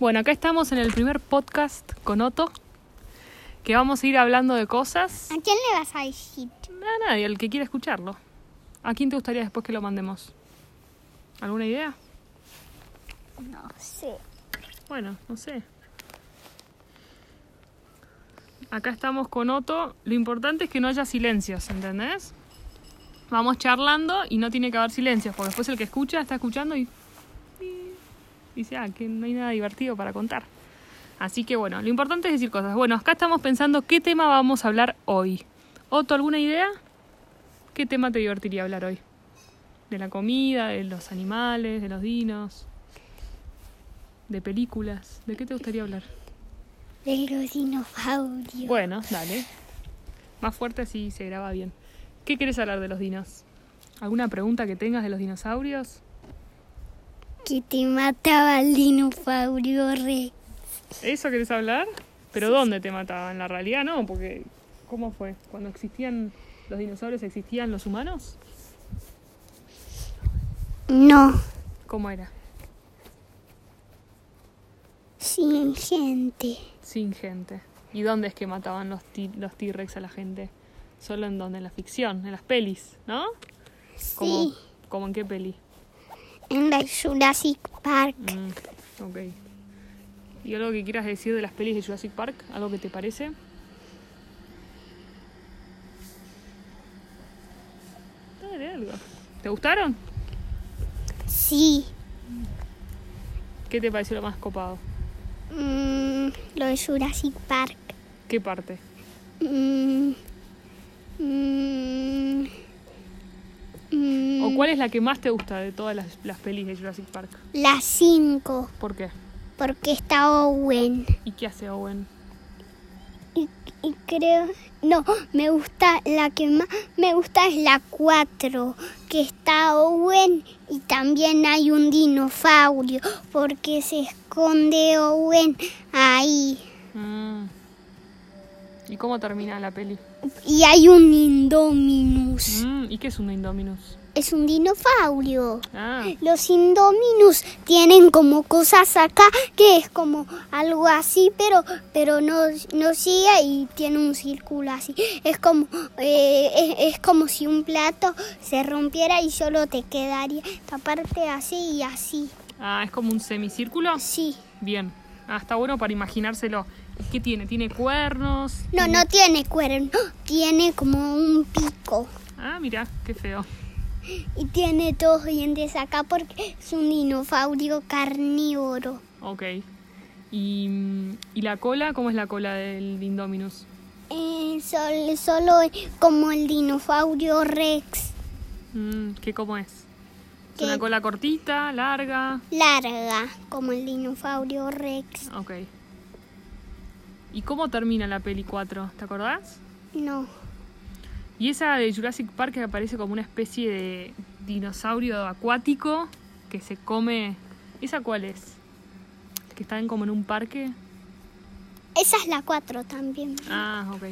Bueno, acá estamos en el primer podcast con Otto, que vamos a ir hablando de cosas. ¿A quién le vas a decir? A nadie, al que quiera escucharlo. ¿A quién te gustaría después que lo mandemos? ¿Alguna idea? No sé. Bueno, no sé. Acá estamos con Otto. Lo importante es que no haya silencios, ¿entendés? Vamos charlando y no tiene que haber silencios, porque después el que escucha está escuchando y, y dice, ah, que no hay nada divertido para contar. Así que bueno, lo importante es decir cosas. Bueno, acá estamos pensando qué tema vamos a hablar hoy. Otto, ¿alguna idea? ¿Qué tema te divertiría hablar hoy? ¿De la comida, de los animales, de los dinos? ¿De películas? ¿De qué te gustaría hablar? De los dinosaurios. Bueno, dale. Más fuerte así se graba bien. ¿Qué quieres hablar de los dinos? ¿Alguna pregunta que tengas de los dinosaurios? Que te mataba el dinosaurio re. ¿Eso querés hablar? ¿Pero dónde te mataban? ¿En la realidad no? Porque, ¿cómo fue? ¿Cuando existían los dinosaurios existían los humanos? No, ¿Cómo era? sin gente. Sin gente. ¿Y dónde es que mataban los ti- los T-Rex a la gente? Solo en donde, en la ficción, en las pelis, ¿no? ¿Cómo, Sí, ¿Cómo en qué peli? en la Jurassic Park. Mm, ok. ¿Y algo que quieras decir de las pelis de Jurassic Park? ¿Algo que te parece? Dale, algo. ¿Te gustaron? Sí, ¿Qué te pareció lo más copado? mm, lo de Jurassic Park. ¿Qué parte? Mm, mm, mm, ¿O cuál es la que más te gusta de todas las, las pelis de Jurassic Park? La 5, ¿Por qué? porque está Owen. ¿Y qué hace Owen? Y, y creo, no, me gusta, la que más me gusta es la 4, que está Owen y también hay un dinosaurio, porque se esconde Owen ahí. Mm. ¿Y cómo termina la peli? Y hay un Indominus, Mm, ¿Y qué es un Indominus? es un dinosaurio. Ah, Los Indominus tienen como cosas acá que es como algo así, pero pero no, no sigue y tiene un círculo así. Es como eh, es, es como si un plato se rompiera y solo te quedaría esta parte así y así. ah es como un semicírculo. Sí. Bien. Ah, está bueno para imaginárselo. ¿Qué tiene? ¿Tiene cuernos? No, no tiene cuerno, tiene como un pico Ah, mira, qué feo. y tiene dos dientes acá porque es un dinosaurio carnívoro. Ok. ¿Y, mm, ¿y la cola? ¿Cómo es la cola del Indominus? Eh, sol- solo como el dinosaurio Rex. Mm, ¿Qué cómo es? ¿Es ¿Qué? una cola cortita, larga? larga, como el dinosaurio Rex. Ok. ¿Y cómo termina la peli 4? ¿Te acordás? No, Y esa de Jurassic Park que aparece como una especie de dinosaurio acuático que se come. ¿Esa cuál es? Que están como en un parque. esa es la 4 también. Ah, ok.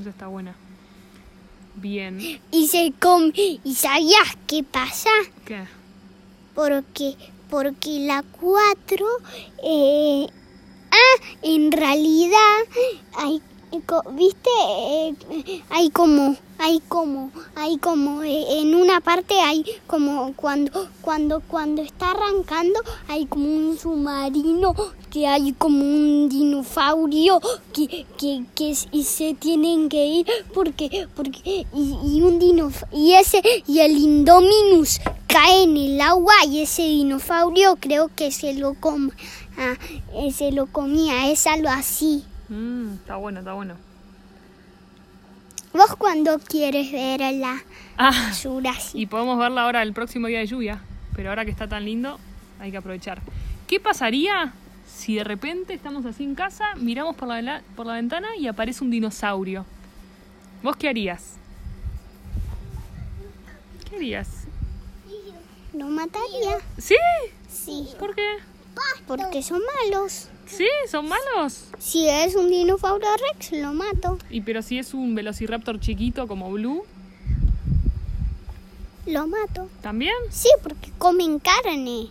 Esa está buena. Bien. Y se come, ¿y sabías qué pasa? ¿Qué? Porque, porque la 4, eh, ah, en realidad, hay, co- viste, Eh, hay como, hay como, hay como, eh, en una parte hay como cuando, cuando, cuando está arrancando, hay como un submarino que hay como un dinosaurio que, que, que s- y se tienen que ir porque porque y, y un dinof y ese y el Indominus cae en el agua y ese dinosaurio creo que se lo coma ah, eh, se lo comía es algo así Mm, está bueno, está bueno. vos cuando quieres ver a la Ah, Jurassic y podemos verla ahora el próximo día de lluvia. Pero ahora que está tan lindo, hay que aprovechar. ¿Qué pasaría si de repente estamos así en casa, miramos por la, vela- por la ventana y aparece un dinosaurio? ¿Vos qué harías? ¿Qué harías? lo mataría ¿Sí? sí ¿Por qué? porque son malos ¿Sí? ¿Son malos? si es un dinosaurio Rex lo mato Y pero si es un velociraptor chiquito como Blue, lo mato ¿también? sí porque comen carne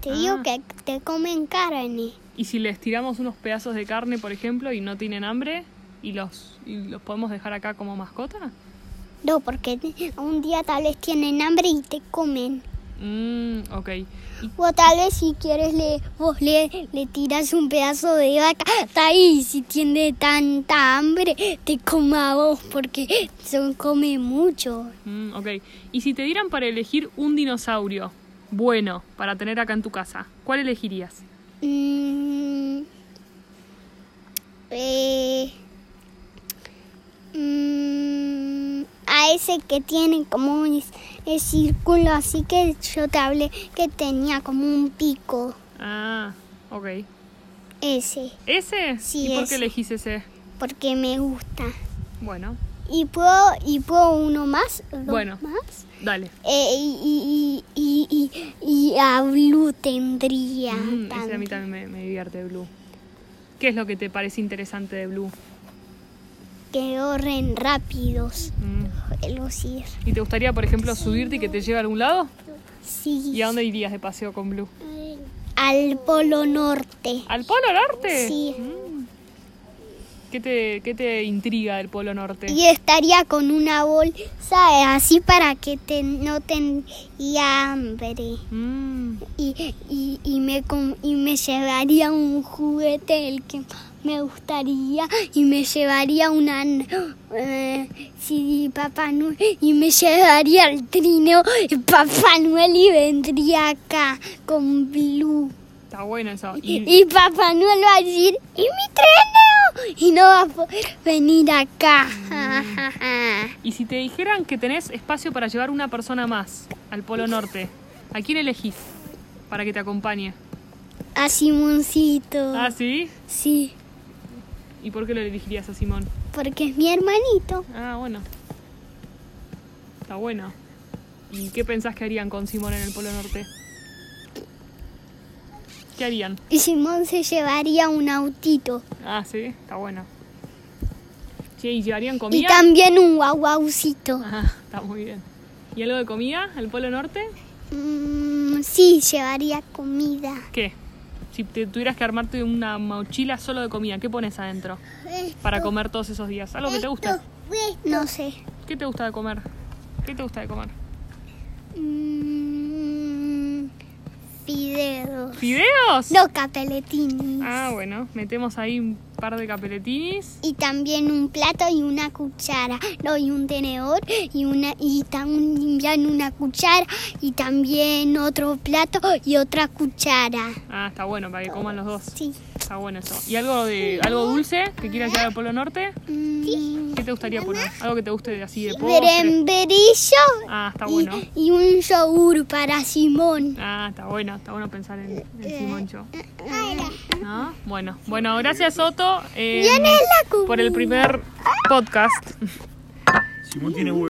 Te digo Ah. que te comen carne. Y si les tiramos unos pedazos de carne, por ejemplo, y no tienen hambre, y los, y los podemos dejar acá como mascota. No, porque te- un día tal vez tienen hambre y te comen. Mm, ok. Y- O tal vez si quieres le, vos le, le tiras un pedazo de vaca está ahí. Si tiene tanta hambre, te coma a vos porque se come mucho. mm, ok. Y si te dieran para elegir un dinosaurio bueno para tener acá en tu casa, ¿cuál elegirías? Mm, eh, mm, a ese que tiene como un es- es círculo, así que yo te hablé que tenía como un pico. Ah, ok. Ese, ¿Ese? Sí, ¿Y por ese. qué elegís ese? porque me gusta. Bueno, ¿Y puedo, y puedo uno más? ¿Dos Bueno. más? dale. Eh, y, y, y, y, y a Blue tendría. Mm, ese a mí tanto. también me, me divierte, Blue. ¿Qué es lo que te parece interesante de Blue? Que corren rápidos. Mm. Los ir. ¿Y te gustaría, por ejemplo, subirte y que te lleve a algún lado? Sí. ¿Y a dónde irías de paseo con Blue? Al Polo Norte. ¿Al Polo Norte? Sí. Mm. ¿Qué te, qué te intriga del Polo Norte? Y estaría con una bolsa eh, así para que te, no tenga hambre. Mm, Y, y, y, me, com- y me llevaría un juguete, el que me gustaría. Y me llevaría una. Eh, sí, Papá Noel. Y me llevaría al trineo Papá Noel y vendría acá con Blue. está bueno eso. Y, Y Papá Noel va a decir, ¡y mi trineo! Y no va a poder venir acá. Ja, ja, ja. y si te dijeran que tenés espacio para llevar una persona más al Polo Norte, ¿a quién elegís para que te acompañe? A Simoncito. ¿Ah, sí? Sí, ¿Y por qué lo elegirías a Simón? porque es mi hermanito. Ah, bueno. Está bueno. ¿Y qué pensás que harían con Simón en el Polo Norte? ¿Qué harían? Y Simón se llevaría un autito. Ah, sí, está bueno. Che, ¿y llevarían Y comida? también un guaguaucito. Ah, está muy bien. ¿Y algo de comida al Polo Norte? Mm, sí, llevaría comida. ¿Qué? Si te tuvieras que armarte una mochila solo de comida, ¿qué pones adentro para comer todos esos días? ¿Algo que te gusta? No sé. ¿Qué te gusta de comer? ¿Qué te gusta de comer? Mm, fideos. ¿Fideos? No, capeletinis. Ah, bueno, metemos ahí un par de capeletinis. y también un plato y una cuchara, no, y un tenedor y una y también una cuchara y también otro plato y otra cuchara. Ah, está bueno, para que coman los dos. Sí. Está bueno eso. ¿Y algo de algo dulce que quieras llevar al Polo Norte? Mm, ¿Qué te gustaría poner? Algo que te guste de- así de postre. Berenberillo Ah, está y, bueno. y un yogur para Simón. Ah, está bueno, está bueno pensar en, en eh, Simoncho. ¿No? Bueno, bueno, gracias Otto eh, ¿Quién es la por el primer podcast. Simón tiene